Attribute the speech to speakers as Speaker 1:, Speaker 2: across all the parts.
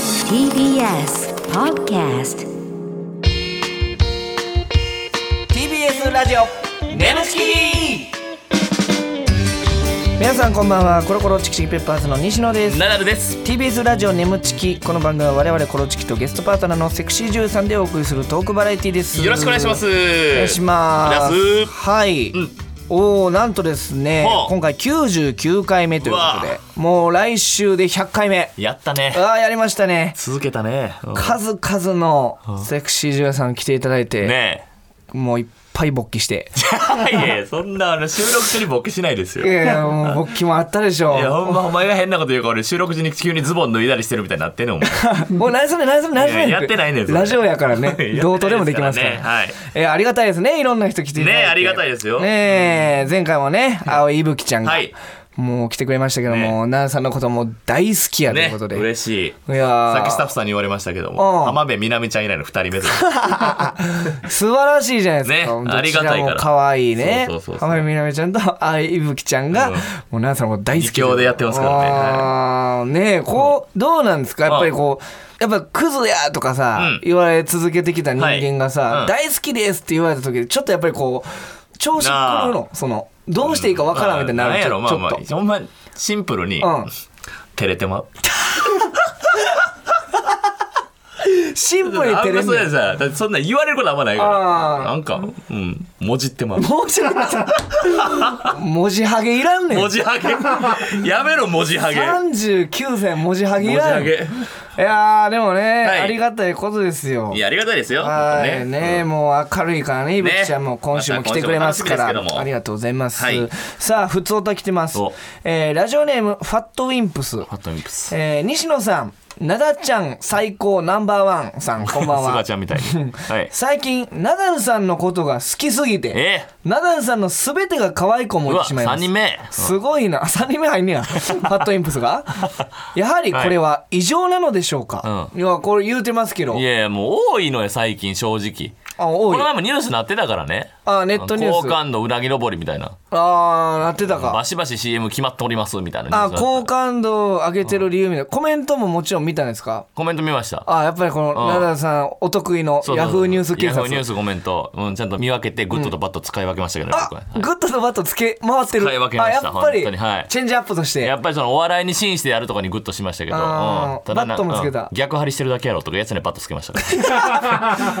Speaker 1: TBS Podcast
Speaker 2: TBS ラジオ
Speaker 3: ネムチ
Speaker 2: 皆さんこんばんはコロコロチキチキペッパーズの西野です
Speaker 3: キナダルです。
Speaker 2: TBS ラジオ眠ちきこの番組は我々コロチキとゲストパートナーのセクシージュさんでお送りするトークバラエティです
Speaker 3: よろしくお願いします。
Speaker 2: お願いします
Speaker 3: お願いします
Speaker 2: はい、
Speaker 3: ん
Speaker 2: おおなんとですね
Speaker 3: はあ
Speaker 2: 今回99回目ということ
Speaker 3: う
Speaker 2: で
Speaker 3: わ
Speaker 2: もう来週で100回目
Speaker 3: やったね。
Speaker 2: ああやりましたね
Speaker 3: 続けたね。うん
Speaker 2: 数々のセクシージュさん来ていただいて、
Speaker 3: ね
Speaker 2: もういっぱい勃起して
Speaker 3: え。いやいや、そんなあの収録中にボケしないですよ。
Speaker 2: い
Speaker 3: い
Speaker 2: やいやもう勃起もあったでしょ
Speaker 3: や、ほんまお前が変なこと言うから俺収録中に急にズボン脱いだりしてるみたいになってんの、お前。
Speaker 2: もう何それ何それ何それ
Speaker 3: いややってないねんそれ
Speaker 2: ラジオやから
Speaker 3: やってな
Speaker 2: ね
Speaker 3: いですからね
Speaker 2: どうとでもできますから、
Speaker 3: はい
Speaker 2: えーありがたいですねいろんな人来ていただいて
Speaker 3: ねありがたいですよ
Speaker 2: ねえ前回もね青井いぶきちゃんが、
Speaker 3: はい
Speaker 2: もう来てくれましたけども、
Speaker 3: ね
Speaker 2: 奈良さんのことも大好きやという
Speaker 3: ね
Speaker 2: ことで、
Speaker 3: 嬉しい。
Speaker 2: いやー
Speaker 3: さっきスタッフさんに言われましたけど
Speaker 2: うん
Speaker 3: も、浜辺美波ちゃん以来の二人目です。
Speaker 2: 素晴らしいじゃないですか、
Speaker 3: ねありがたいか
Speaker 2: ど
Speaker 3: ら
Speaker 2: ちも可愛いね
Speaker 3: そうそうそうそう
Speaker 2: 浜辺美波ちゃんと青井いぶきちゃんが、
Speaker 3: うん
Speaker 2: もう奈良さんのこと大好き
Speaker 3: 二強でやってますからねはい
Speaker 2: あーねえこうどうなんですかやっぱりこうやっぱクズやとかさ、
Speaker 3: うん
Speaker 2: 言われ続けてきた人間がさ、
Speaker 3: はいうん
Speaker 2: 大好きですって言われた時ちょっとやっぱりこう調子狂うのそのどうしていい かわからんみたいにな
Speaker 3: まあん
Speaker 2: る
Speaker 3: や
Speaker 2: ちょ
Speaker 3: ろ、まあま
Speaker 2: ちょっ
Speaker 3: あ、ほんまシンプルに
Speaker 2: うん、
Speaker 3: 照れてまう。
Speaker 2: とシンプルに
Speaker 3: あ
Speaker 2: 照
Speaker 3: んま
Speaker 2: れん
Speaker 3: そう
Speaker 2: ね
Speaker 3: や
Speaker 2: ん
Speaker 3: さ、だってそんなん言われることあんまないから
Speaker 2: あ。ー
Speaker 3: なんか、うん、もじってまう。
Speaker 2: 文字の話 文字ハゲいらんねん
Speaker 3: 文字 ハゲ。やめろ、文字ハゲ。
Speaker 2: 39銭文字ハゲい
Speaker 3: 文字
Speaker 2: ら
Speaker 3: ハ
Speaker 2: ん
Speaker 3: ゲ。
Speaker 2: いやーでもね、
Speaker 3: い
Speaker 2: ありがたいことですよ
Speaker 3: いや、ありがたいですよ。
Speaker 2: はいね、もう明るいからね、いぶきちゃんも今週も来てくれますか
Speaker 3: ま
Speaker 2: ら、
Speaker 3: た今週も楽しみですけども
Speaker 2: ありがとうございます。
Speaker 3: はい
Speaker 2: さあ、普通歌来てます
Speaker 3: お。
Speaker 2: えーラジオネーム、ファットウィンプス。
Speaker 3: パッと見プス。
Speaker 2: えー西野さん、なだちゃん最高ナンバーワンさん、こんばん
Speaker 3: すが
Speaker 2: は
Speaker 3: ち。ゃんみたい に。はい。
Speaker 2: 最近、ナダルさんのことが好きすぎて、
Speaker 3: え
Speaker 2: ナダルさんのすべてが可愛く思
Speaker 3: ー、
Speaker 2: っ
Speaker 3: う
Speaker 2: て
Speaker 3: わ、
Speaker 2: しまいま
Speaker 3: 三
Speaker 2: す
Speaker 3: 人。目。
Speaker 2: すごいな。3人目 入んね や。ファットインプスが。やはりこれは異常なのでしょうか、
Speaker 3: う
Speaker 2: いや、これ言うてますけど
Speaker 3: い。やいや、もう多いのよ、最近、正直。
Speaker 2: あ、多
Speaker 3: こ
Speaker 2: い
Speaker 3: の。前もニュースなってたからね。
Speaker 2: あ、ネットニュース。
Speaker 3: 好感度裏切りぼりみたいな。
Speaker 2: ああなってた
Speaker 3: バ
Speaker 2: か
Speaker 3: シバシ CM 決まっております、みたいな。
Speaker 2: あ好感度を上げてる理由みたいなコメントももちろん見たんですか
Speaker 3: コメント見ました。
Speaker 2: あやっぱりこの
Speaker 3: うん
Speaker 2: ナダルさんお得意の
Speaker 3: そうそう
Speaker 2: ヤ
Speaker 3: そう
Speaker 2: フーニュース警
Speaker 3: ヤ
Speaker 2: 察
Speaker 3: フーニュースコメント、うん、ちゃんと見分けてグッドとバッド使い分けましたけど、僕は
Speaker 2: あグッドとバットつけ回ってる
Speaker 3: 使い分けました
Speaker 2: あやっぱり
Speaker 3: 本当にはい
Speaker 2: チェンジアップとして
Speaker 3: やっぱりそのお笑いに信してやるとかにグッとしましたけど、
Speaker 2: あー
Speaker 3: うんただ
Speaker 2: バ
Speaker 3: な
Speaker 2: ットもつけた
Speaker 3: うん逆張りしてるだけやろとかやつにバットつけましたから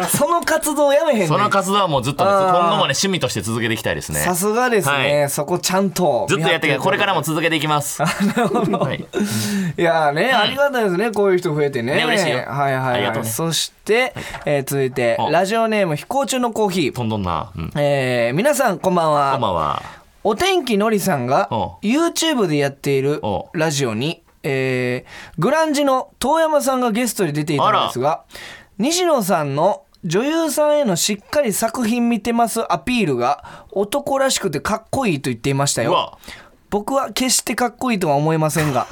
Speaker 2: その活動やめへんねん
Speaker 3: その活動はもうずっとね
Speaker 2: あー
Speaker 3: 今後もね趣味として続けていきたいですね
Speaker 2: さすがですね、
Speaker 3: は
Speaker 2: そこちゃんと
Speaker 3: ずっとやっていきたいこれからも続けていきますはい
Speaker 2: いやーね、ありがたいですねこういう人増えてね
Speaker 3: ね嬉しいよ
Speaker 2: はいは
Speaker 3: あ
Speaker 2: い
Speaker 3: り
Speaker 2: はい、
Speaker 3: がとうね
Speaker 2: そして、えー続いて
Speaker 3: うん
Speaker 2: ラジオネーム飛行中のコーヒー
Speaker 3: 飛んどんな、うん、こ
Speaker 2: えー、皆さんこんばんは
Speaker 3: んばんは
Speaker 2: お天気のりさんが
Speaker 3: お
Speaker 2: YouTube でやっている
Speaker 3: お
Speaker 2: ラジオに、えーグランジの遠山さんがゲストで出ていたんですが西野さんの女優さんへのしっかり作品見てますアピールが男らしくてかっこいいと言っていました
Speaker 3: う
Speaker 2: よ
Speaker 3: わ
Speaker 2: 僕は決してかっこいいとは思いません が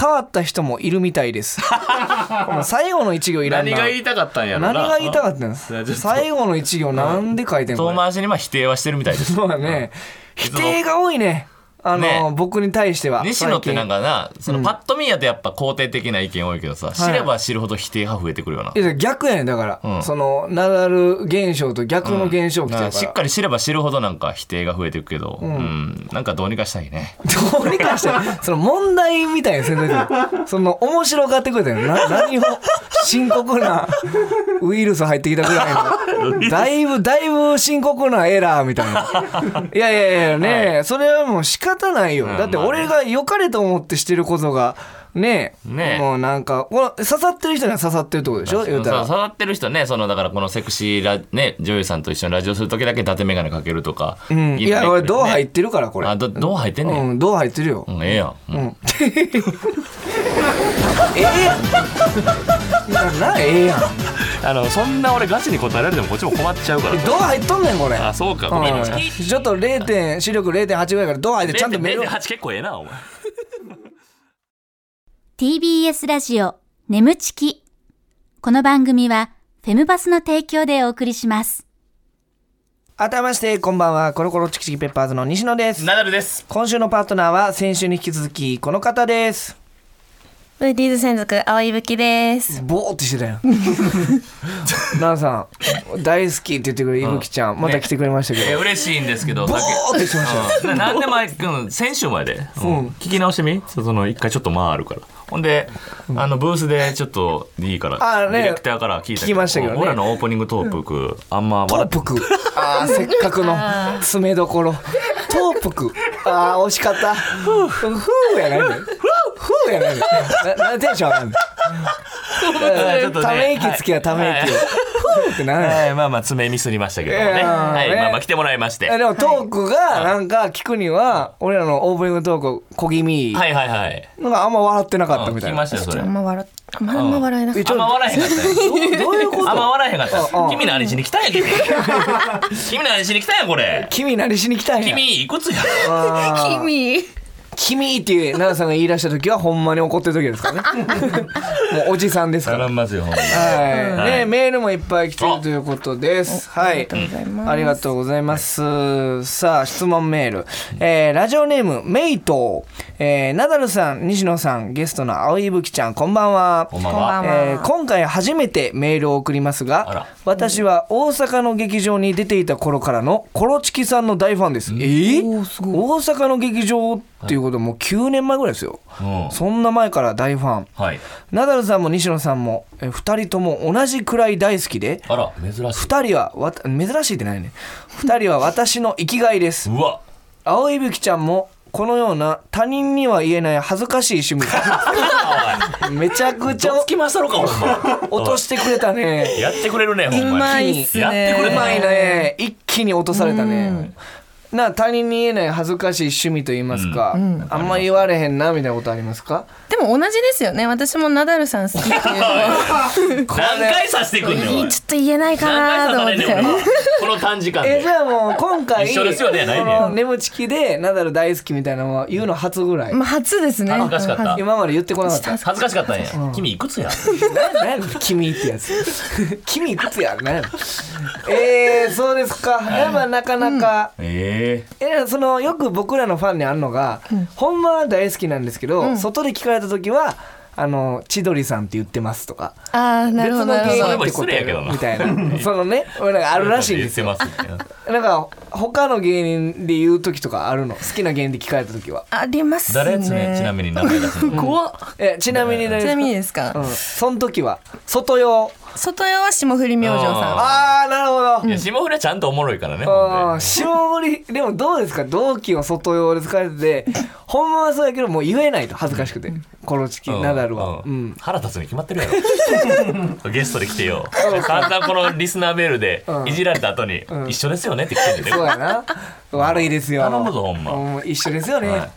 Speaker 2: 変わった人もいるみたいですこの最後の一行いらん
Speaker 3: 何
Speaker 2: な
Speaker 3: が言いたかったんやろな
Speaker 2: 何が言いたか
Speaker 3: っ
Speaker 2: ったんで
Speaker 3: いやちょっ
Speaker 2: す
Speaker 3: と
Speaker 2: 最後の一行なんで書いてんの
Speaker 3: 遠回しにまあ否定はしてるみたいです
Speaker 2: そうだね。否定が多いね。あの、
Speaker 3: ね
Speaker 2: 僕に対しては。
Speaker 3: 西野ってなん
Speaker 2: か。
Speaker 3: かなそのパッと見やとやっぱ肯定的な意見多いけどさ、知れば知るほど否定派増えてくるよない
Speaker 2: や逆やねんだから、
Speaker 3: うん
Speaker 2: そのナダル現象と逆の現象起きて
Speaker 3: な
Speaker 2: る
Speaker 3: ん
Speaker 2: か
Speaker 3: かし
Speaker 2: ら、
Speaker 3: っかり知れば知るほどなんか否定が増えていくけど、うんなんかどうにかしたいね
Speaker 2: どうにかして その問題みたいにせんといてその面白がってくれたよな何を深刻なウイルス入ってきたぐら いのだいぶだいぶ深刻なエラーみたいないやいやいやね、それはもう仕方ないよ、
Speaker 3: ん
Speaker 2: だって俺が良かれと思ってしてることがね
Speaker 3: ね
Speaker 2: もうなんかこの刺さってる人には刺さってるってことでしょ言うた
Speaker 3: さ
Speaker 2: ら
Speaker 3: 触ってる人ねそのだからこのセクシーラ、ね、女優さんと一緒にラジオする時だけ伊達眼鏡かけるとか、
Speaker 2: うんいや俺どう入ってるからこ
Speaker 3: こ
Speaker 2: れ
Speaker 3: あどどう入ってんねん、
Speaker 2: うんどう入ってるよ、
Speaker 3: うんええやん、うん
Speaker 2: ええ ななええやん
Speaker 3: あのそんな俺ガチに答えられてもこっちも困っちゃうか
Speaker 2: えドア入っとんねんこれ
Speaker 3: あそうかごめんなさい
Speaker 2: ちょっと0点視力0.8ぐらいからドア入ってちゃんと見る
Speaker 3: 0.8結構ええなお前
Speaker 4: TBS ラジオ眠ちき。この番組はフェムバスの提供でお送りします。
Speaker 2: 改めましてこんばんはコロコロチキチキペッパーズの西野です
Speaker 3: ナダルです
Speaker 2: 今週のパートナーは先週に引き続きこの方です
Speaker 5: ウッディーズ専属青いぶきです。
Speaker 2: ボーってしてたよ 奈々さん大好きって言ってくれるいぶきちゃん、また来てくれましたけ
Speaker 3: え
Speaker 2: ど、
Speaker 3: 嬉しいんですけど
Speaker 2: ボ
Speaker 3: さ
Speaker 2: ーってしましたよ
Speaker 3: っきうんななんでマイクうん先週まで、うん
Speaker 2: うん
Speaker 3: 聞き直してみその一回ちょっと回るからほんであのブースでちょっといいから
Speaker 2: あーね
Speaker 3: ディレクターから聞いた
Speaker 2: 聞きましたけどね
Speaker 3: 俺らのオープニングトーク、あんま
Speaker 2: トー
Speaker 3: 笑って
Speaker 2: プクあーせっかくの詰めどころトープクあー惜しかったふうふうやないのよふうふうやないのよななんでテンション上がんの
Speaker 3: ちょっとね
Speaker 2: ため息つきはため息をふうってならない
Speaker 3: はい、まあまあ爪ミスりましたけども
Speaker 2: い
Speaker 3: ね、
Speaker 2: やー
Speaker 3: はい、
Speaker 2: ね
Speaker 3: まあまあ来てもらいまして
Speaker 2: え
Speaker 3: は
Speaker 2: でもトークがなんか聞くには俺らのオープニングトーク小気味
Speaker 3: いはいはい
Speaker 2: なんかあんま笑ってなかった
Speaker 3: うん
Speaker 2: みた
Speaker 3: 聞
Speaker 2: い
Speaker 3: き
Speaker 2: な
Speaker 3: ましたよそれ
Speaker 5: あ
Speaker 3: あ
Speaker 5: ん
Speaker 3: ん
Speaker 5: ま笑っ、あんまあんま笑えなかっ
Speaker 2: ちょ
Speaker 3: ま笑えへんかったよ
Speaker 2: どういうこ
Speaker 3: あんま
Speaker 2: と
Speaker 3: 笑えへんかった
Speaker 2: うんう
Speaker 3: よ
Speaker 2: ん
Speaker 3: 君何しに来たんや 君君何しに来たんやこれ
Speaker 2: 君何しに来たんや
Speaker 3: 君いくつや
Speaker 5: た。君。
Speaker 2: 君っていう奈々さんが言い出した時はほんまに怒ってる時ですからねもうおじさんですから
Speaker 3: んますよほんま
Speaker 2: はい、ね、
Speaker 3: はい
Speaker 2: メールもいっぱい来てるということです。はい、ありがとうございます。さあ、質問メール、えーラジオネームメイトー、えーナダルさん、西野さん、ゲストの青いぶきちゃん、こんばんは。
Speaker 3: こんばん
Speaker 5: こんば
Speaker 3: は
Speaker 5: んは
Speaker 2: えー今回初めてメールを送ります
Speaker 3: あ
Speaker 2: が
Speaker 3: ら
Speaker 2: 私は大阪の劇場に出ていた頃からのコロチキさんの大ファンです、えー大阪の劇場っていうことはもう9年前ぐらいですよ、
Speaker 3: うん
Speaker 2: そんな前から大ファン
Speaker 3: はい
Speaker 2: ナダルさんも西野さんもえ2人とも同じくらい大好きで
Speaker 3: あら珍しい
Speaker 2: 2人はわた珍しいってないね2人は私の生きがいです
Speaker 3: うわ
Speaker 2: 青いぶきちゃんもこのような他人には言えない恥ずかしい趣味 めちゃくちゃ
Speaker 3: どつきましたろかほんま
Speaker 2: 落としてくれたね
Speaker 3: やってくれるねほん
Speaker 5: う
Speaker 3: ま
Speaker 5: ま
Speaker 3: に
Speaker 5: いっすね。
Speaker 3: やってくれ
Speaker 2: う
Speaker 3: た
Speaker 2: まいね一気に落とされたねなあ他人に言えない恥ずかしい趣味と言いますか、あんま言われへんなみたいなことありますか
Speaker 5: でも同じですよね。私もナダルさん好きっていう のは
Speaker 3: 何回させてくんねんおい
Speaker 5: ちょっと言えないかな
Speaker 3: 何
Speaker 5: と思
Speaker 3: 回
Speaker 5: っ
Speaker 3: 刺されんねん俺
Speaker 5: て。
Speaker 3: この短時間
Speaker 2: え
Speaker 3: で
Speaker 2: じゃあもう今回
Speaker 3: 一緒ですよねないね
Speaker 2: その眠ちきでナダル大好きみたいなのは言うの初ぐらい、
Speaker 5: まあ初ですね。
Speaker 3: 恥ずかしかった
Speaker 2: 今まで言ってこなかった
Speaker 3: 恥ずかしかったんや君いくつや
Speaker 2: 何やねん君ってやつ 君いくつや何やねんえー、そうですかやっぱなかなか、
Speaker 3: え
Speaker 2: えそのよく僕らのファンにあるのが、ほんまは大好きなんですけど、外で聞かれた時はあの千鳥さんって言ってますとか
Speaker 5: ああなるほどなる
Speaker 2: っ
Speaker 3: それも
Speaker 5: ほど。
Speaker 2: て
Speaker 3: 失
Speaker 2: 答
Speaker 3: 礼
Speaker 2: え
Speaker 3: やけど
Speaker 2: る
Speaker 3: な
Speaker 2: みたいな そのね俺なんかあ
Speaker 3: あ
Speaker 2: るらしいんですよ
Speaker 3: よ
Speaker 2: なんか他の芸人で言う時とかあるの好きな芸人で聞かれた時は
Speaker 5: ありますね。
Speaker 3: 誰やつねちなみに名前出す の
Speaker 5: 怖っ。
Speaker 2: えちなみにね
Speaker 5: ちなみにですか。
Speaker 2: うん、その時は外用
Speaker 5: 外用は霜降り明星さ
Speaker 2: ああなるほど、
Speaker 3: いや霜降りはちゃんとおもろいからね
Speaker 2: あ
Speaker 3: ほん
Speaker 2: あ
Speaker 3: で
Speaker 2: 霜降りでもどうですか同期を外用で使えてて ほんまはそうやけどもう言えないと恥ずかしくてコロチキ
Speaker 3: うん
Speaker 2: ナダルは、
Speaker 3: う
Speaker 2: うんん、
Speaker 3: 腹立つに決まってるやろ ゲストで来てよ簡単このリスナーメールで
Speaker 2: うん
Speaker 3: いじられた後に
Speaker 2: ん
Speaker 3: 一緒ですよねって来てるんで
Speaker 2: そうやな 悪いですよ
Speaker 3: 頼むぞほんま
Speaker 2: う一緒ですよね、
Speaker 3: は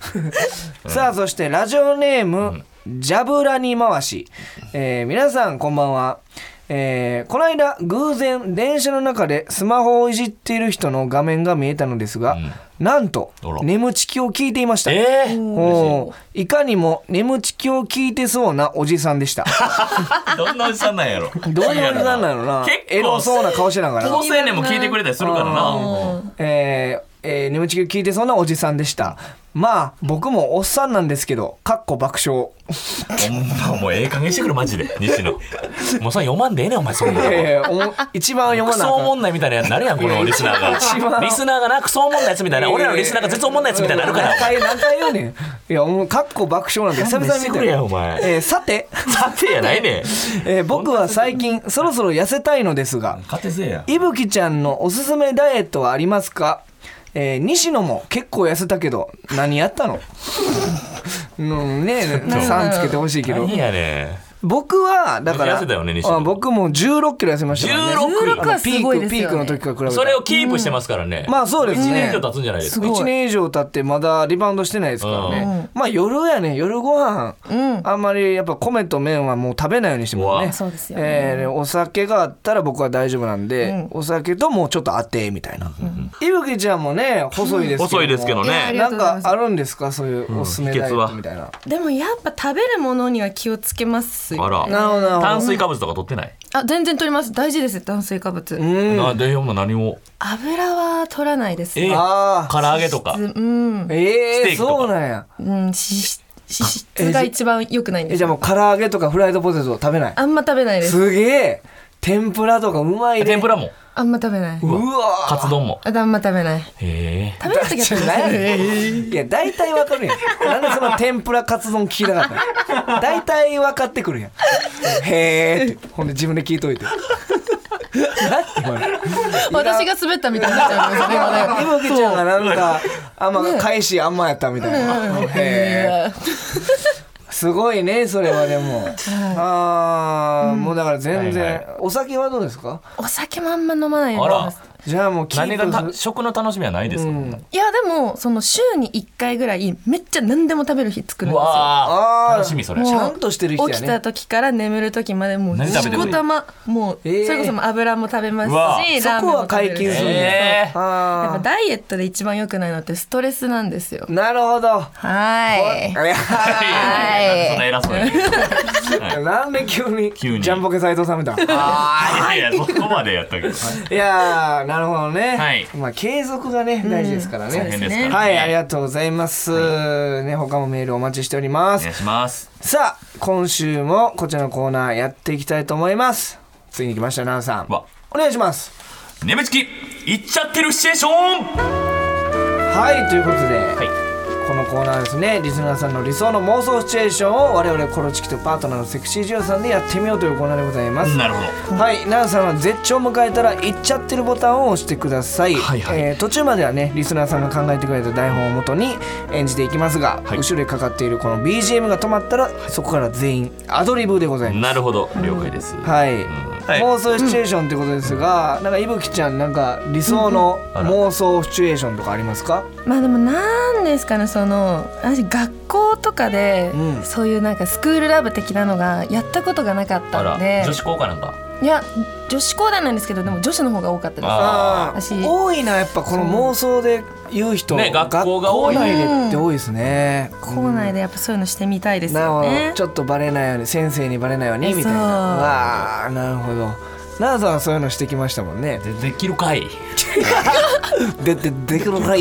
Speaker 2: さあそしてラジオネーム、ジャブラに回し、えー皆さんこんばんはえーこの間偶然電車の中でスマホをいじっている人の画面が見えたのですが、なんと
Speaker 3: あら
Speaker 2: 「眠ちき」を聞いていました
Speaker 3: ええ
Speaker 2: おーいかにも眠ちきを聞いてそうなおじさんでした
Speaker 3: どんなおじさんなんやろ
Speaker 2: どういうおじさんなのな
Speaker 3: 結構
Speaker 2: エロそうな顔してながら
Speaker 3: 高青年も聞いてくれたりするからな
Speaker 2: えーえー、眠ちきを聞いてそうなおじさんでしたまあ僕もおっさんなんですけどかっこ爆笑
Speaker 3: ほんまもうええ加減してくるマジで西野もうそれ読まんでええねんお前そんなの
Speaker 2: いやいやおも一番読
Speaker 3: ク
Speaker 2: まな
Speaker 3: ソおも
Speaker 2: あ
Speaker 3: んないみたいなやつなるやんこのリスナ
Speaker 2: 一
Speaker 3: ーが
Speaker 2: 番
Speaker 3: リスナーがなクソおもんないやつみたい
Speaker 2: か
Speaker 3: なん俺らのリスナーが絶おもんないやつみたいになるから
Speaker 2: 何回何回言うねんいやもうかっこ爆笑なんで久々に
Speaker 3: して
Speaker 2: 見
Speaker 3: く
Speaker 2: た
Speaker 3: れや
Speaker 2: よ
Speaker 3: お前
Speaker 2: えーさて、
Speaker 3: さてやないねん
Speaker 2: えー僕は最近そろそろ痩せたいのですが
Speaker 3: 勝てせえや
Speaker 2: いぶきちゃんのおすすめダイエットはありますか、えー西野も結構痩せたけど何やったの うんねえさんつけてほしいけど
Speaker 3: 何やね
Speaker 2: 僕はだから
Speaker 3: 痩せたよね西野
Speaker 2: あ僕も1 6キロ痩せましたからね
Speaker 3: 16
Speaker 5: はすごいですよ
Speaker 2: ピ
Speaker 5: ね
Speaker 2: ークピークの時から比べた
Speaker 3: ん
Speaker 2: ら
Speaker 3: それをキープしてますからね
Speaker 2: まあそうですね
Speaker 3: 1年以上経つんじゃないですか
Speaker 5: ごい
Speaker 2: 1年以上経ってまだリバウンドしてないですからね、まあ夜やね夜ご飯、あんまりやっぱ米と麺はもう食べないようにしてます
Speaker 3: う
Speaker 2: ね
Speaker 3: わ
Speaker 5: そうですよね
Speaker 2: えーお酒があったら僕は大丈夫なんで、お酒ともうちょっと当てみたいな、いぶきちゃんもね細いですけども
Speaker 3: 細いですけど
Speaker 5: いやあり
Speaker 3: ね
Speaker 2: な
Speaker 5: がと
Speaker 2: ん
Speaker 5: うござい
Speaker 2: か
Speaker 5: ます
Speaker 2: あるんですかそういうおすすめ
Speaker 3: 秘
Speaker 2: ダ
Speaker 3: 訣
Speaker 2: イエッ
Speaker 3: は
Speaker 2: トみたいな、
Speaker 5: ん。でもやっぱ食べるものには気をつけますよ。
Speaker 3: あら
Speaker 2: なるほどなるほど
Speaker 3: 炭水化物とか取ってない
Speaker 5: あ全然取ります。大事です炭水化物。
Speaker 2: うん
Speaker 3: なでほんな何を
Speaker 5: 油は取らないです。
Speaker 3: ええ
Speaker 2: あ
Speaker 3: 唐揚げとか
Speaker 5: うん、
Speaker 2: え
Speaker 3: ス
Speaker 2: え
Speaker 3: テーキとか
Speaker 2: そうなんや
Speaker 5: うん、し脂質が一番良くないんで
Speaker 2: え
Speaker 5: す
Speaker 2: じゃあ
Speaker 5: よ
Speaker 2: もう唐揚げとかフライドポテト食べない
Speaker 5: あんま食べないです
Speaker 2: すげえ天ぷらとかうまいね
Speaker 3: 天ぷらも
Speaker 5: あんま食べないう
Speaker 2: わ
Speaker 3: カツ丼も
Speaker 5: ああんま食べない
Speaker 3: へえ
Speaker 5: 食べた時は食べない
Speaker 2: いや大体わかるやんなんでその天ぷらカツ丼聞きたかったの大体分かってくるやんへえってほんで自分で聞いといて何今の
Speaker 5: 私が滑ったみたいになっちゃうんですよね今ね
Speaker 2: いぶきちゃんがなんかあんま返しあんまやったみたいな、へえすごいねそれはでも、ああ、もうだから全然、
Speaker 3: はい
Speaker 2: お酒はどうですか
Speaker 5: お酒もあんま飲まないようになります
Speaker 3: あ
Speaker 2: じゃあもうキ
Speaker 3: 何が
Speaker 2: ー
Speaker 3: た
Speaker 2: プす
Speaker 3: 食の楽しみはないですか、
Speaker 2: う
Speaker 3: うん
Speaker 5: いやでもその週に1回ぐらいめっちゃ何でも食べる日作るんですよ
Speaker 3: わ
Speaker 2: あー
Speaker 3: あ楽しみそれ
Speaker 5: もう
Speaker 2: ちゃんとしてる人やね
Speaker 5: 起きた時から眠る時までもう
Speaker 3: 何食
Speaker 5: し
Speaker 3: べてもい
Speaker 5: こ
Speaker 3: い
Speaker 5: たまもうそ
Speaker 2: えー
Speaker 5: れこそもう油も食べます
Speaker 3: うわ
Speaker 5: し
Speaker 2: そ
Speaker 5: ラーメン
Speaker 2: こ
Speaker 5: も
Speaker 2: は
Speaker 5: 食べ
Speaker 2: 解
Speaker 5: る
Speaker 2: 禁するんだ、
Speaker 3: えー
Speaker 5: やっぱ
Speaker 2: あ
Speaker 5: ダイエットで一番良くないのってストレスなんですよ
Speaker 2: ーなるほ ど、
Speaker 5: はい
Speaker 2: いや
Speaker 5: はい
Speaker 3: そんな偉そうに言う
Speaker 2: なんで急に
Speaker 3: 急に
Speaker 2: ジャンポケ斉藤さんみたいな
Speaker 3: あーいやいやそこまでやったけど
Speaker 2: いやーなるほどね、
Speaker 3: はい
Speaker 2: まあ継続がね大事ですからね、
Speaker 3: 大変ですから、ね、
Speaker 2: はいありがとうございます、ね他もメールお待ちしておりま
Speaker 3: お
Speaker 2: す
Speaker 3: 願いします
Speaker 2: さあ今週もこちらのコーナーやっていきたいと思いますついに来ましたナンさん
Speaker 3: わ
Speaker 2: お願いします
Speaker 3: 眠ちき行っちゃってるシチュエーション
Speaker 2: はいということで、
Speaker 3: い
Speaker 2: このコーナーですねリスナーさんの理想の妄想シチュエーションを我々コロチキとパートナーのセクシージュアさんでやってみようというコーナーでございます、
Speaker 3: なるほど
Speaker 2: はい、ナンさんは絶頂を迎えたら「行っちゃってる」ボタンを押してください、
Speaker 3: はいはい
Speaker 2: えー途中まではねリスナーさんが考えてくれた台本をもとに演じていきますが、
Speaker 3: はい
Speaker 2: 後ろにかかっているこの BGM が止まったら、そこから全員アドリブでございます
Speaker 3: なるほど了解です、
Speaker 2: はい、
Speaker 3: はい
Speaker 2: 妄想シチュエーションってことですが、なんかいぶきちゃんなんか理想の
Speaker 3: あら
Speaker 2: 妄想シチュエーションとかありますか、
Speaker 5: まあでもなんですかねその私学校とかで、
Speaker 2: うん
Speaker 5: そういうなんかスクールラブ的なのがやったことがなかっ
Speaker 3: あ
Speaker 5: た
Speaker 3: ら
Speaker 5: んで
Speaker 3: 女子校かなんか
Speaker 5: いや女子高大なんですけどでも女子の方が多かったです
Speaker 3: あ
Speaker 2: あー
Speaker 5: 私
Speaker 2: 多いなやっぱこの妄想で言う人、
Speaker 3: ね学校が多い
Speaker 2: 学校内でって多いですね、
Speaker 5: 校内でやっぱそういうのしてみたいです
Speaker 2: なる
Speaker 5: よ
Speaker 2: ほど
Speaker 5: ね。
Speaker 2: ちょっとバレないように先生にバレないようにみたいな
Speaker 5: そう
Speaker 2: わあなるほど奈々さんはそういうのしてきましたもんね
Speaker 3: でできるかい
Speaker 2: でででくる かい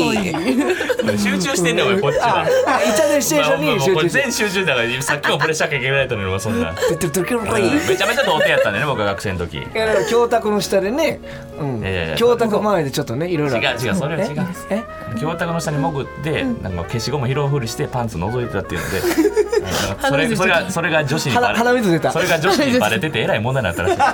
Speaker 3: 集中してんねんお前こっちは
Speaker 2: あイチャでシチュエーションに集
Speaker 3: こ
Speaker 2: 中
Speaker 3: れ
Speaker 2: して
Speaker 3: 全集中だからさっきもプレッシャーかけられたのにそんな
Speaker 2: でででくるかいい
Speaker 3: めちゃめちゃ童貞やったんだよね僕は学生の時違う
Speaker 2: やだから教託の下でね、うん
Speaker 3: いやいやいや
Speaker 2: 教託前でちょっとねいろいろ
Speaker 3: 違うそれは違う
Speaker 2: ええ
Speaker 3: 教託の下に潜ってなんか消しゴム拾うふりしてパンツ覗いてたっていうの であのそれそれがそれが女子にバ
Speaker 2: 鼻
Speaker 3: レ
Speaker 2: 鼻水出た
Speaker 3: それが女子にバレててえらい問題になったらしい
Speaker 2: ま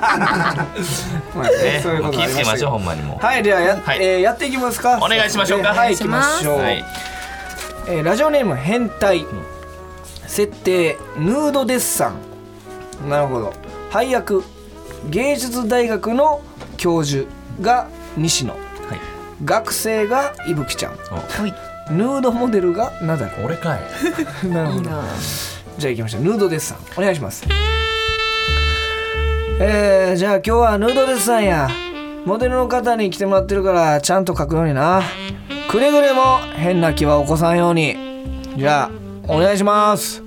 Speaker 2: あね
Speaker 3: ね
Speaker 2: そういうこと
Speaker 3: 気
Speaker 2: あ
Speaker 3: を
Speaker 2: り
Speaker 3: つ
Speaker 2: ま
Speaker 3: けますしょ
Speaker 2: よ
Speaker 3: うほんまにもう
Speaker 2: はいではや,、
Speaker 3: はい
Speaker 2: えーやっていきますか
Speaker 3: お願いしましょうか
Speaker 2: はい行きましょう、
Speaker 3: はい
Speaker 2: えーラジオネーム変態、設定ヌードデッサンなるほど配役芸術大学の教授が西野
Speaker 3: はい
Speaker 2: 学生がいぶきちゃん
Speaker 3: お
Speaker 2: ヌードモデルがナダル
Speaker 3: 俺かい
Speaker 2: なるほどじゃあ行きましょうヌードデッサンお願いしますえー、じゃあ今日はヌードデッサンやモデルの方に来てもらってるからちゃんと書くようになくれぐれも変な気は起こさんようにじゃあお願いします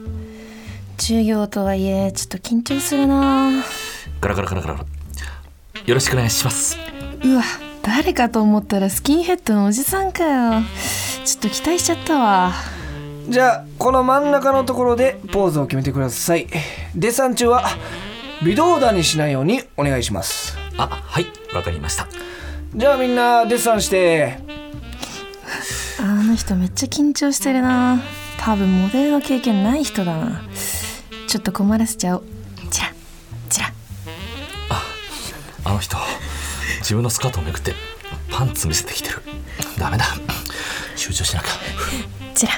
Speaker 5: 授業とはいえちょっと緊張するな
Speaker 3: ガラガラガラガラガラよろしくお願いします
Speaker 5: うわ誰かと思ったらスキンヘッドのおじさんかよちょっと期待しちゃったわ
Speaker 2: じゃあこの真ん中のところでポーズを決めてくださいデッサン中は微動だにしないようにお願いします
Speaker 3: あはいわかりました
Speaker 2: じゃあみんなデッサンして
Speaker 5: あの人めっちゃ緊張してるな多分モデルの経験ない人だなちょっと困らせちゃおうチラッチラッ
Speaker 3: あの人自分のスカートをめくってパンツ見せてきてるダメだ集中しなきゃ
Speaker 5: チラッ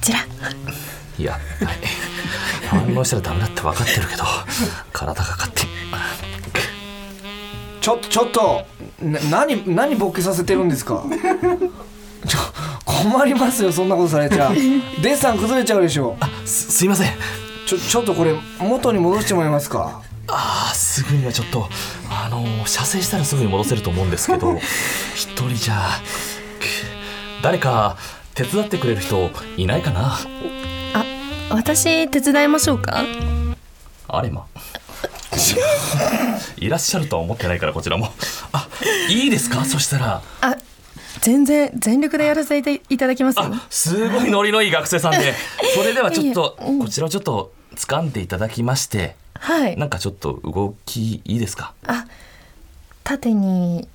Speaker 5: チラッ
Speaker 3: いやはい反応したらダメだって分かってるけど体が勝手に
Speaker 2: ちょっとちょっとな何何ボケさせてるんですかちょ困りますよそんなことされちゃデッサン崩れちゃうでしょ
Speaker 3: すすいません
Speaker 2: ちょちょっとこれ元に戻してもらえますか
Speaker 3: あーすぐにはちょっとあのー射精したらすぐに戻せると思うんですけど 一人じゃく誰か手伝ってくれる人いないかな
Speaker 5: あ私手伝いましょうか
Speaker 3: あれ まいらっしゃるとは思ってないからこちらもあいいですかそしたら
Speaker 5: あ全然全力でやらせていただきますよ
Speaker 3: あすごいノリのいい学生さんでそれではちょっと
Speaker 5: いえいえうん
Speaker 3: こちらをちょっと掴んでいただきまして
Speaker 5: はい
Speaker 3: なんかちょっと動きいいですか
Speaker 5: あ縦に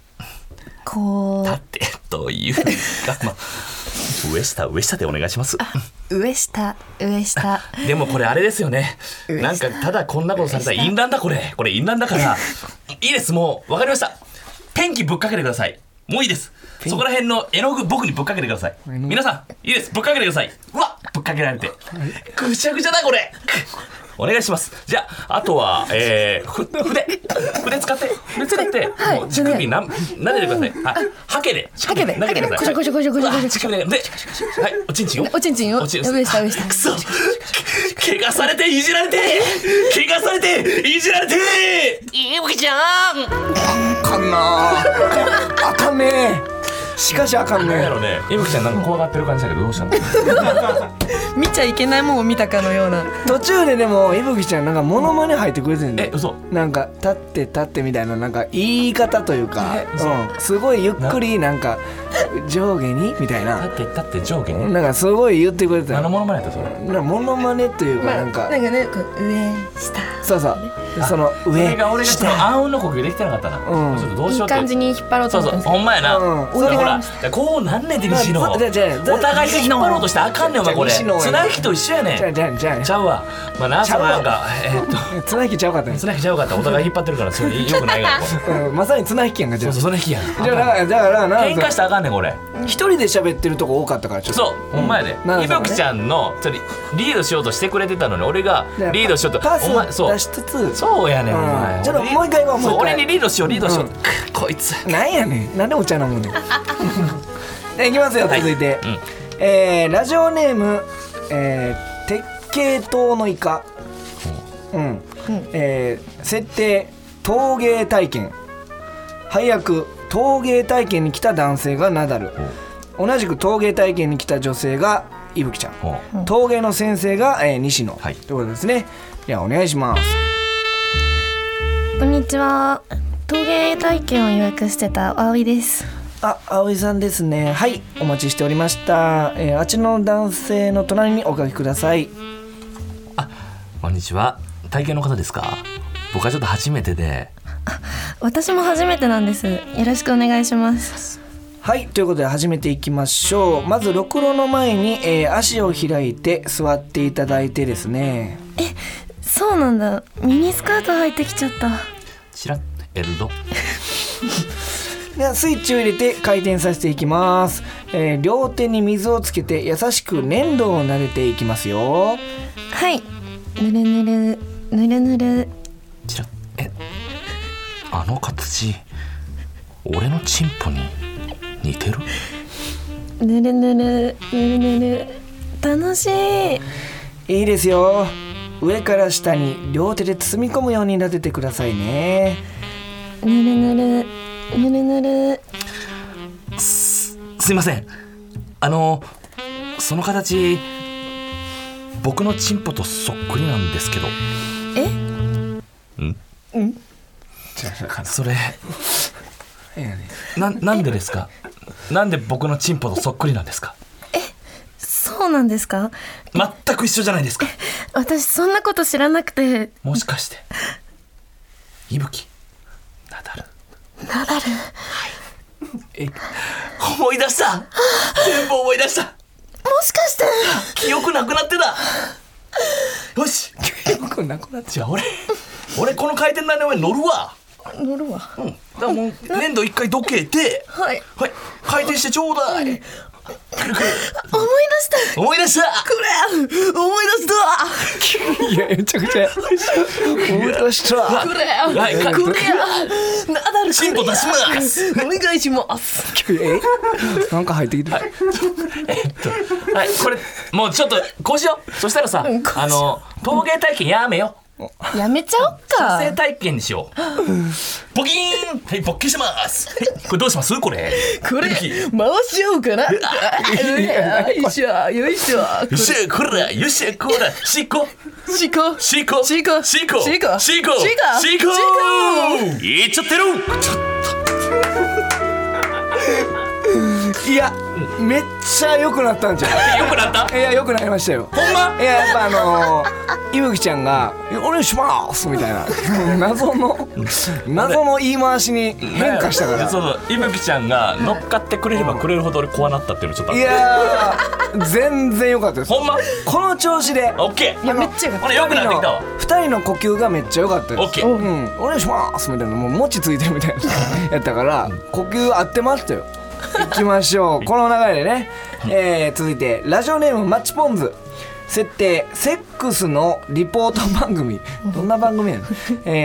Speaker 5: こ
Speaker 3: 立ってというか、まあ、上下上下でお願いします
Speaker 5: う上下上下
Speaker 3: でもこれあれですよねなんかただこんなことされたら淫乱だこれこれ淫乱だからいいですもうわかりましたペンキぶっかけてくださいもういいですそこら辺の絵の具僕にぶっかけてください
Speaker 2: 絵の具
Speaker 3: 皆さんいいですぶっかけてくださいうわぶっかけられてぐちゃぐちゃだこれお願いしますじゃああとは、えー、ふ筆筆使って筆使って、
Speaker 5: はい
Speaker 3: もう乳首な撫でてください、はい、ハケで
Speaker 5: ハケで
Speaker 3: 撫でてくだ
Speaker 5: ハケでこ
Speaker 3: さ
Speaker 5: し
Speaker 3: い
Speaker 5: ょこしょこしょこしょこしょ
Speaker 3: はい乳首でではいおちんちんを
Speaker 5: おちんちんを
Speaker 3: おちん
Speaker 5: 上下上下
Speaker 3: くそ怪我されていじられて怪我されていじられて
Speaker 2: あかんなあかんねしかしあかん
Speaker 3: なん
Speaker 2: ね
Speaker 3: やろねいぶきちゃんなんか怖がってる感じだけどどうしたの
Speaker 5: 見ちゃいけないもんを見たかのような
Speaker 2: 途中ででもいぶきちゃんなんかモノマネ入ってくれてん
Speaker 3: え
Speaker 2: で
Speaker 3: 嘘
Speaker 2: なんか立って立ってみたいななんか言い方というか、うん、すごいゆっくりなんか上下にみたい
Speaker 3: だっ
Speaker 2: な
Speaker 3: てだって上下ね
Speaker 2: なんかすごい言ってくれてた
Speaker 3: 何の
Speaker 2: よ
Speaker 3: ものまねやったそれ
Speaker 2: なんかモノマネというかなんか、
Speaker 5: なんかねこう上下
Speaker 2: そうそうその
Speaker 3: そ
Speaker 2: 上
Speaker 3: れが俺がちょっと暗雲の呼吸できてなかったな、
Speaker 2: うん
Speaker 3: ちょっとどうし
Speaker 5: い
Speaker 3: ようって
Speaker 5: い感じに引っ張ろうと
Speaker 3: そう
Speaker 5: 思
Speaker 3: そうん
Speaker 5: ったです
Speaker 3: ほんまやな、
Speaker 2: うん
Speaker 3: それほら
Speaker 5: 追いか
Speaker 3: こうなんねんで西野
Speaker 2: まじゃあじゃあじゃあ
Speaker 3: お互いで引っ張ろうとしてあかんねんお前これ
Speaker 2: じゃあ西野
Speaker 3: 綱引きと一緒やねん
Speaker 2: じゃあじゃあじゃ
Speaker 3: ちゃうわまあな
Speaker 2: ちゃ
Speaker 3: そう
Speaker 2: わ
Speaker 3: のなんかえーっと
Speaker 2: あ綱引きちゃうかったね
Speaker 3: 綱引きちゃうかったお互い引っ張ってるからそれよくな いからこれ
Speaker 2: うんまさに綱引きやんかじ
Speaker 3: そ
Speaker 2: ゃあ
Speaker 3: うそう
Speaker 2: じ
Speaker 3: それ引きやん
Speaker 2: ゃあだからだからな
Speaker 3: 喧嘩したらあかんねんこれ
Speaker 2: 一人で喋ってるとこ多かったからちょっと
Speaker 3: そうほんまやで
Speaker 2: なん
Speaker 3: い
Speaker 2: かね
Speaker 3: ぶきちゃんのそれリードしようとしてくれてたのに俺が
Speaker 2: だから
Speaker 3: リードしようと
Speaker 2: パス
Speaker 3: お前そ
Speaker 2: 出
Speaker 3: う
Speaker 2: しつつ
Speaker 3: そうやねんお
Speaker 2: うん
Speaker 3: 前
Speaker 2: ちょっと
Speaker 3: 俺
Speaker 2: もう一回言おうもう一
Speaker 3: そう
Speaker 2: 回
Speaker 3: 俺にリードしようリードしよう
Speaker 2: うん
Speaker 3: くこいつ
Speaker 2: なんやねんなんでお茶飲 むのいきますよ
Speaker 3: はい
Speaker 2: 続いて、
Speaker 3: うん
Speaker 2: えーラジオネーム、えー鉄系島のイカうん、えー設定陶芸体験早く陶芸体験に来た男性がナダル同じく陶芸体験に来た女性がいぶきちゃん
Speaker 3: ほう
Speaker 2: 陶芸の先生が、えー西野、
Speaker 3: はい
Speaker 2: ということですねじゃあお願いします
Speaker 5: こんにちは陶芸体験を予約してた葵です
Speaker 2: あ、葵さんですね。はい、お待ちしておりました。えーあっちの男性の隣におかけください。
Speaker 3: こんにちは体験の方ですか僕はちょっと初めてで
Speaker 5: 私も初めてなんですよろしくお願いします
Speaker 2: はい、ということで始めていきましょう。まず、ろくろの前に、えー足を開いて座っていただいてですね。
Speaker 5: そうなんだミニスカート履いてきちゃった
Speaker 3: チラッエルド
Speaker 2: ではスイッチを入れて回転させていきます、えー両手に水をつけて優しく粘土を撫でていきますよ。
Speaker 5: はいぬるぬるぬるぬる
Speaker 3: チラッえあの形俺のチンポに似てる
Speaker 5: ぬるぬるぬるぬる楽しい
Speaker 2: いいですよ。上から下に両手で包み込むように撫でてくださいね。
Speaker 5: ぬるぬるぬるぬる
Speaker 3: すいませんあのその形僕のチンポとそっくりなんですけど
Speaker 5: え
Speaker 3: それななんでですかなんで僕のチンポとそっくりなんですか
Speaker 5: そうなんですか
Speaker 3: 全く一緒じゃないですか
Speaker 5: 私そんなこと知らなくて
Speaker 3: もしかしていぶきナダル
Speaker 5: ナダル
Speaker 3: え思い出した全部思い出した
Speaker 5: もしかして
Speaker 3: 記憶なくなってたよし
Speaker 2: よくなくなっ
Speaker 3: じゃあ俺俺この回転台の上に乗るわ
Speaker 5: 乗るわ
Speaker 3: うんだからもう粘土一回どけて
Speaker 5: はい
Speaker 3: はい、回転してちょうだい。
Speaker 5: 思い出し
Speaker 3: 思い出した。くれ。思い
Speaker 2: いや、めちゃくちゃ。 思い出した。
Speaker 5: たく
Speaker 3: 出した。はい、くれ。
Speaker 5: れナダル
Speaker 3: 進歩出します。
Speaker 5: お願いします
Speaker 2: えなんか入ってきてる。
Speaker 3: はい、これ、もうちょっと、こうしよう。そしたらさ、
Speaker 5: うんこうしよう
Speaker 3: あの、陶芸体験やめよ
Speaker 5: やめちゃおっ
Speaker 3: う。
Speaker 5: か
Speaker 3: 女性体験にしよう。ボキーン。はい、ボッキします。はいこれどうしますこれ。
Speaker 5: これ
Speaker 3: いぶ
Speaker 5: 回
Speaker 3: き
Speaker 5: しようかなよいしょよいしょ
Speaker 3: よっしゃ、こら、よっしゃ、こら、しっこ。
Speaker 5: シコ
Speaker 3: シーコ
Speaker 5: シーコ
Speaker 3: シーコ
Speaker 5: シーコ
Speaker 3: シーコ
Speaker 5: シーコ
Speaker 3: シーコいっちゃってるちょっと
Speaker 2: いやめっちゃ良くなったんじゃな
Speaker 3: よくなった
Speaker 2: いいや良くなりましたよ
Speaker 3: ほんま
Speaker 2: いややっぱあのー、いぶきちゃんが「いやお願いします」みたいな 謎の謎の言い回しに変化したから
Speaker 3: そうそういぶきちゃんが乗っかってくれればくれるほど俺怖なったっていうのちょっとあっ
Speaker 2: い
Speaker 3: た
Speaker 2: やー全然良かったです
Speaker 3: ほんま
Speaker 2: この調子で
Speaker 3: オッケー
Speaker 5: やめっちゃよかった
Speaker 3: 俺よくなってきたわ
Speaker 2: 2人の呼吸がめっちゃ良かったです
Speaker 3: オッケー
Speaker 2: うん、お願いしますみたいなもう餅ついてるみたいなやったから呼吸合ってましたよ行きましょうこの流れでね、えー続いてラジオネームマッチポンズ設定セックスのリポート番組どんな番組やねん、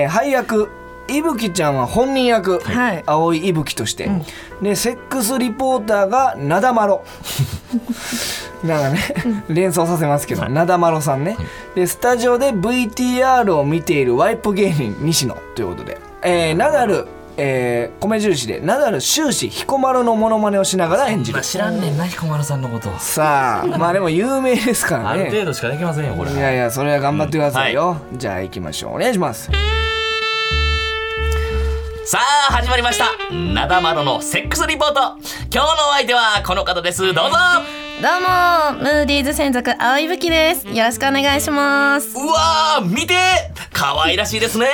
Speaker 2: えー配役いぶきちゃんは本人役、
Speaker 5: はい
Speaker 2: 青いいぶきとして、でセックスリポーターがなだまろなんかね、連想させますけど、なだまろさんね、でスタジオで VTR を見ているワイプ芸人西野ということで、えーナダル、えー米印でナダル終始彦摩呂のモノマネをしながら演じる
Speaker 3: 今知らんねんな彦摩呂さんのこと
Speaker 2: さあまあでも有名ですから
Speaker 3: ある程
Speaker 2: ね
Speaker 3: 度しかできませんよこれ
Speaker 2: いやいやそれは頑張ってくださいよ、じゃあ行きましょうお願いします
Speaker 3: さあ始まりましたなだまろのセックスリポート今日のお相手はこの方ですどうぞ
Speaker 5: どうもムーディーズ専属青いぶきですよろしくお願いします
Speaker 3: うわー見て可愛らしいですね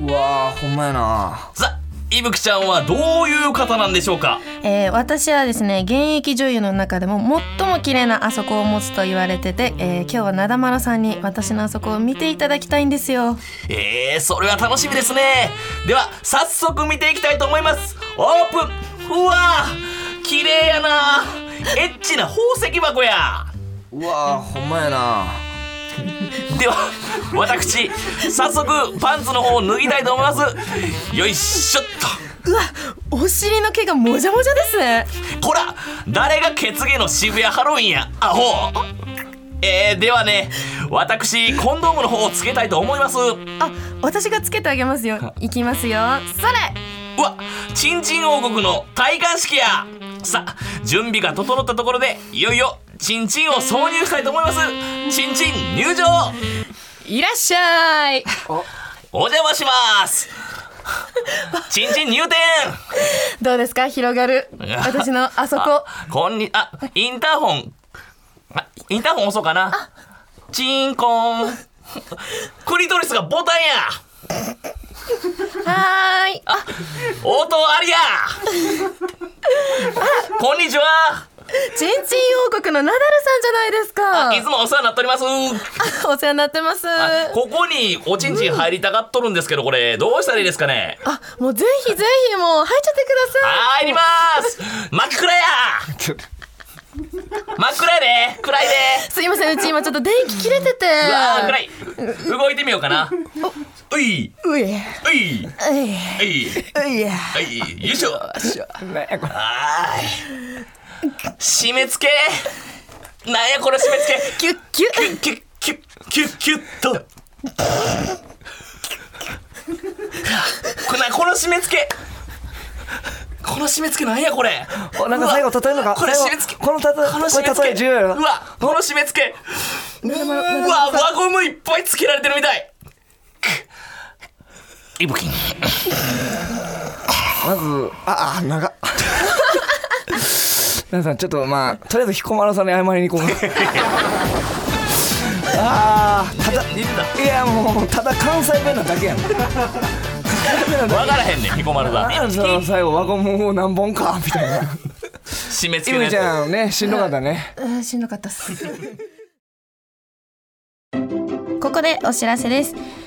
Speaker 2: うわーほんまやな
Speaker 3: さあいぶきちゃんはどういう方なんでしょうか
Speaker 5: えー、私はですね現役女優の中でも最も綺麗なあそこを持つと言われてて、えー、今日はなだまろさんに私のあそこを見ていただきたいんですよ
Speaker 3: えー、それは楽しみですねでは早速見ていきたいと思いますオープンうわー綺麗やなエッチな宝石箱や
Speaker 2: うわーほんまや な
Speaker 3: では私早速パンツの方を脱ぎたいと思いますよいしょっ
Speaker 5: お尻の毛がもじゃもじゃですね
Speaker 3: とこら誰がケツ毛の渋谷ハロウィンやアホえー、ではね私コンドームの方をつけたいと思いますう
Speaker 5: あ、私がつけてあげますよいきますよそれ
Speaker 3: わチンチン王国の戴冠式やさあ準備が整ったところでいよいよチンチンを挿入したいと思いますチンチン入場
Speaker 5: いらっしゃい
Speaker 3: お邪魔しますチンチン入店
Speaker 5: どうですか広がる私のあそこ
Speaker 3: あこんにあインターホンあインターホン押そうかなチーンコーンクリトリスがボタンや
Speaker 5: はーいあ
Speaker 3: 応答ありやこんにちは
Speaker 5: チンチン王国のナダルさんじゃない
Speaker 3: い
Speaker 5: で
Speaker 3: つもお世話になっております
Speaker 5: すかお世話になってます
Speaker 3: あここにおちんちん入りたがっとるんですけどこれどうしたらいいですかね
Speaker 5: あ、もうぜひぜひもう入っちゃってください
Speaker 3: 入ります真っ暗や
Speaker 2: ちょっと
Speaker 3: 真っ暗やで暗いです
Speaker 5: いませんうち今ちょっと電気切れてて
Speaker 3: うわー暗い動いてみようかなういう
Speaker 5: うえ
Speaker 3: いう
Speaker 5: え
Speaker 3: いう
Speaker 5: え
Speaker 3: はい、よいしょ。
Speaker 2: なんやこれ
Speaker 3: あーい。締め付け。なんやこれ締め付け。
Speaker 5: キュッキュ
Speaker 3: キ
Speaker 5: ッ
Speaker 3: ュッキュッキュッキュッキュッと。これなこの締め付け。この締め付けなんやこれ。
Speaker 2: おなんか最後例えるのか
Speaker 3: これ
Speaker 2: 最後
Speaker 3: 締め付け
Speaker 2: この例え
Speaker 3: この締
Speaker 2: こ
Speaker 3: め
Speaker 2: れ
Speaker 3: 付
Speaker 2: 例え
Speaker 3: け。
Speaker 2: 重要やろ
Speaker 3: うわ、この締め付け。うわ、輪ゴムいっぱいつけられてるみたい。くっいぶきん。
Speaker 2: まずああ長っ 皆さんちょっとまあとりあえず彦摩呂さんに謝りに行こうか ああただ
Speaker 3: 似てた。
Speaker 2: いやもうただ関西弁なだけやん
Speaker 3: わからへんねん、彦摩呂さ
Speaker 2: なん
Speaker 3: ん。
Speaker 2: その最後輪ゴムを何本 かみたいな
Speaker 3: 締め付
Speaker 2: い
Speaker 3: けの
Speaker 2: ぶ
Speaker 3: や
Speaker 2: ち
Speaker 3: つ。
Speaker 2: ゃんねしんどかったね
Speaker 5: うんしんどかったっすここでお知らせです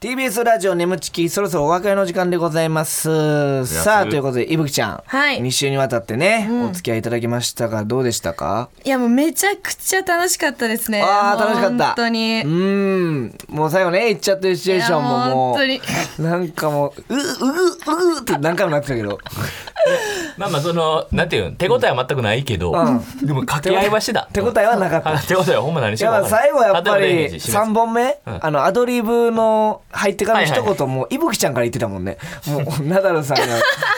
Speaker 2: TBS TBS ラジオ眠ちきそろそろお別れの時間でございますさあということでいぶきちゃん、
Speaker 5: はい
Speaker 2: 2週にわたってね、お付き合いいただきましたがどうでしたか
Speaker 5: いやもうめちゃくちゃ楽しかったですね
Speaker 2: ああ
Speaker 5: もう
Speaker 2: 楽しかった
Speaker 5: 本当に
Speaker 2: うーんもう最後ね行っちゃってるシチュエーションも
Speaker 5: い
Speaker 2: も
Speaker 5: や
Speaker 2: う
Speaker 5: 本当に
Speaker 2: なんかもううううううって何回もなってたけど
Speaker 3: まあまあそのなんていうん手応えは全くないけど、
Speaker 2: う
Speaker 3: でも掛け合いはしてた
Speaker 2: 手応えはなかった
Speaker 3: あ手応えはほんま何し
Speaker 2: い
Speaker 3: てた
Speaker 2: や最後やっぱり3
Speaker 3: 3
Speaker 2: 本目、
Speaker 3: ん
Speaker 2: あのアドリブの入ってからの
Speaker 3: はい
Speaker 2: 一言もいぶきちゃんから言ってたもんねもうナダルさん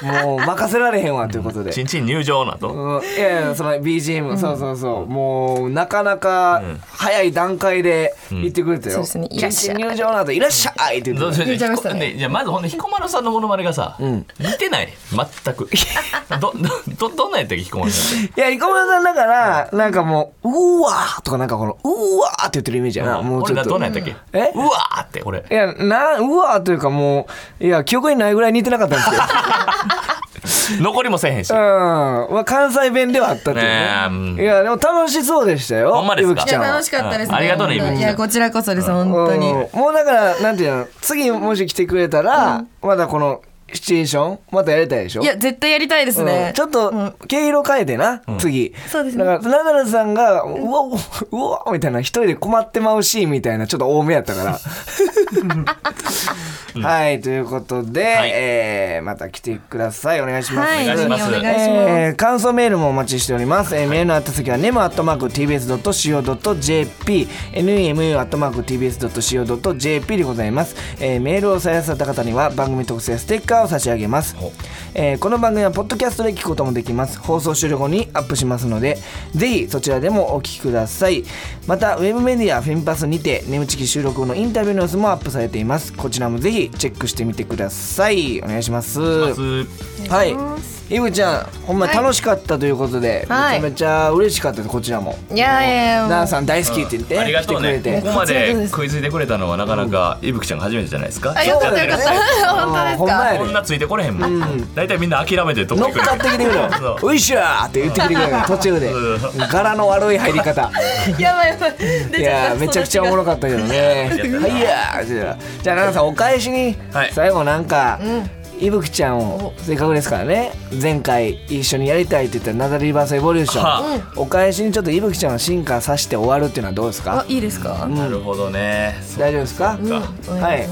Speaker 2: がもう任せられへんわということで、
Speaker 3: ちんちん入場なと
Speaker 2: うん、いやいやその BGM、そうそうそうもうなかなか早い段階で言ってくれたよ、
Speaker 5: うんそうですねい
Speaker 2: キ
Speaker 5: ら
Speaker 2: ッ
Speaker 5: っし
Speaker 2: チ
Speaker 5: ゃ
Speaker 2: ン
Speaker 5: い
Speaker 2: 入場の後いらっしゃいって言
Speaker 3: ど
Speaker 2: っ
Speaker 3: う
Speaker 2: て
Speaker 3: したよう
Speaker 5: 入場したね
Speaker 3: ねじゃあまずほんで彦摩呂さんのモノマネがさ、
Speaker 2: ん
Speaker 3: 似てないね 全くどどどどんなんやったっけ彦摩呂さんって
Speaker 2: いや、生駒さんだから、なんかもう、うーわーとかなんかこの、うーわーって言ってるイメージやな、もうち
Speaker 3: 俺
Speaker 2: ょ
Speaker 3: が
Speaker 2: っ
Speaker 3: ど
Speaker 2: と
Speaker 3: ん。なんやったっけ
Speaker 2: え
Speaker 3: うわーって俺
Speaker 2: いや、な、うわーというかもう、いや、記憶にないぐらい似てなかったんです けど。
Speaker 3: 残りもせえへんし
Speaker 2: うん。まあ、関西弁ではあったっていう
Speaker 3: ねえう
Speaker 2: ね
Speaker 3: ん。
Speaker 2: いや、でも楽しそうでしたよ。
Speaker 3: ほんまですか
Speaker 2: いぶき
Speaker 5: い
Speaker 2: ちゃ
Speaker 5: や
Speaker 2: んは
Speaker 5: 楽しかったですね
Speaker 3: ありがとうね
Speaker 5: 本当に
Speaker 3: イブキ
Speaker 5: い
Speaker 3: ちゃん
Speaker 5: やこちらこそです本当に
Speaker 2: うんもうだから、なんていうの、次もし来てくれたら、まだこの、シチュエーション、またやりたいでしょ
Speaker 5: いや絶対やりたいですね、
Speaker 2: うんちょっと毛色変えてな、次
Speaker 5: そうですね
Speaker 2: だからナダルさんが「うわうわうわ」みたいな一人で困ってまうシーンみたいなちょっと多めやったから はいということで、
Speaker 3: はい
Speaker 2: えーまた来てくださいお願いします、
Speaker 5: はい
Speaker 3: お願いします
Speaker 5: ぜひお願いします、
Speaker 2: えー感想メールもお待ちしております、えーメールの宛先は nemu.tbs.co.jp nemu.tbs.co.jp でございます、えーメールを採用された方には番組特製ステッカーを差し上げます
Speaker 3: ほ、
Speaker 2: えーこの番組はポッドキャストで聞くこともできます放送終了後にアップしますのでぜひそちらでもお聞きくださいまたウェブメディアフェミパスにて眠ちき収録後のインタビューの様子もアップされていますこちらもぜひチェックしてみてくださいお願いします
Speaker 3: まず
Speaker 2: はい、イブちゃん、ほんま楽しかったということで、
Speaker 5: はい
Speaker 2: めちゃめちゃ嬉しかったです、こちらも。
Speaker 5: いやいやい
Speaker 2: ダ
Speaker 5: や
Speaker 2: ンさん大好きって言って、
Speaker 3: ありが
Speaker 2: 来て
Speaker 3: とう
Speaker 2: くれ
Speaker 3: ね
Speaker 2: て。
Speaker 3: ここまで食いついてくれたのはなかなかいぶきちゃんが初めてじゃないですか
Speaker 5: あよかったよかった 本当ですか
Speaker 2: ほんまや
Speaker 3: こんなついてこれへんもん大体みんな諦めて取っ
Speaker 2: 乗って
Speaker 3: くれ
Speaker 2: かってきてくれよ
Speaker 3: そう
Speaker 2: 「ういしゃ!」って言ってきてくれよ 途中で
Speaker 3: う
Speaker 2: 柄の悪い入り 方
Speaker 5: やばいやばい出
Speaker 2: い
Speaker 5: ちゃ
Speaker 2: や
Speaker 5: った
Speaker 2: めちゃくちゃおもろかったけ どね「
Speaker 3: そうだ
Speaker 2: はいやー」じゃあ奈々さんお返しに
Speaker 3: はい
Speaker 2: 最後なんかいぶきちゃんをせっかくですからね前回一緒にやりたいって言ったナダルリバースエボリューション
Speaker 3: は
Speaker 2: お返しにちょっといぶきちゃんを進化させて終わるっていうのはどうですか
Speaker 5: あいいですか、
Speaker 3: なるほどねそう
Speaker 2: 大丈夫ですか、
Speaker 3: か
Speaker 2: はい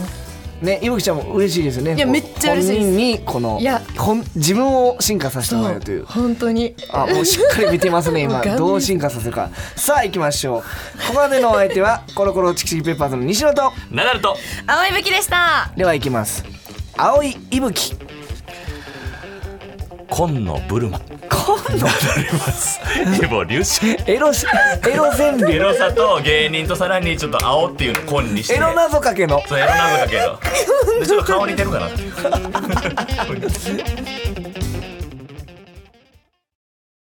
Speaker 2: ね、いぶきちゃんも嬉しいですよね
Speaker 5: いや
Speaker 2: こう
Speaker 5: めっちゃ嬉しいです
Speaker 2: 本人にこの
Speaker 5: いや
Speaker 2: ほん自分を進化させてもらえるという
Speaker 5: 本当に
Speaker 2: あもうしっかり見てます ね
Speaker 5: も
Speaker 2: 今
Speaker 5: う顔面
Speaker 2: どう進化させるかさあ行きましょうここまでのお相手 はコロコロチキチキペッパーズの西野と
Speaker 3: ナダルと
Speaker 5: 青い武器でした
Speaker 2: では行きます青いいぶき
Speaker 3: 紺野ブル マ紺野ブルマスエボリューショ ン
Speaker 2: エロしエロ川
Speaker 3: エ
Speaker 2: 柳
Speaker 3: ロさと芸人とさらにちょっと青っていうの紺にして
Speaker 2: エロ謎かけ の
Speaker 3: そうエロなのだけどでちょっと顔似てるかなっていう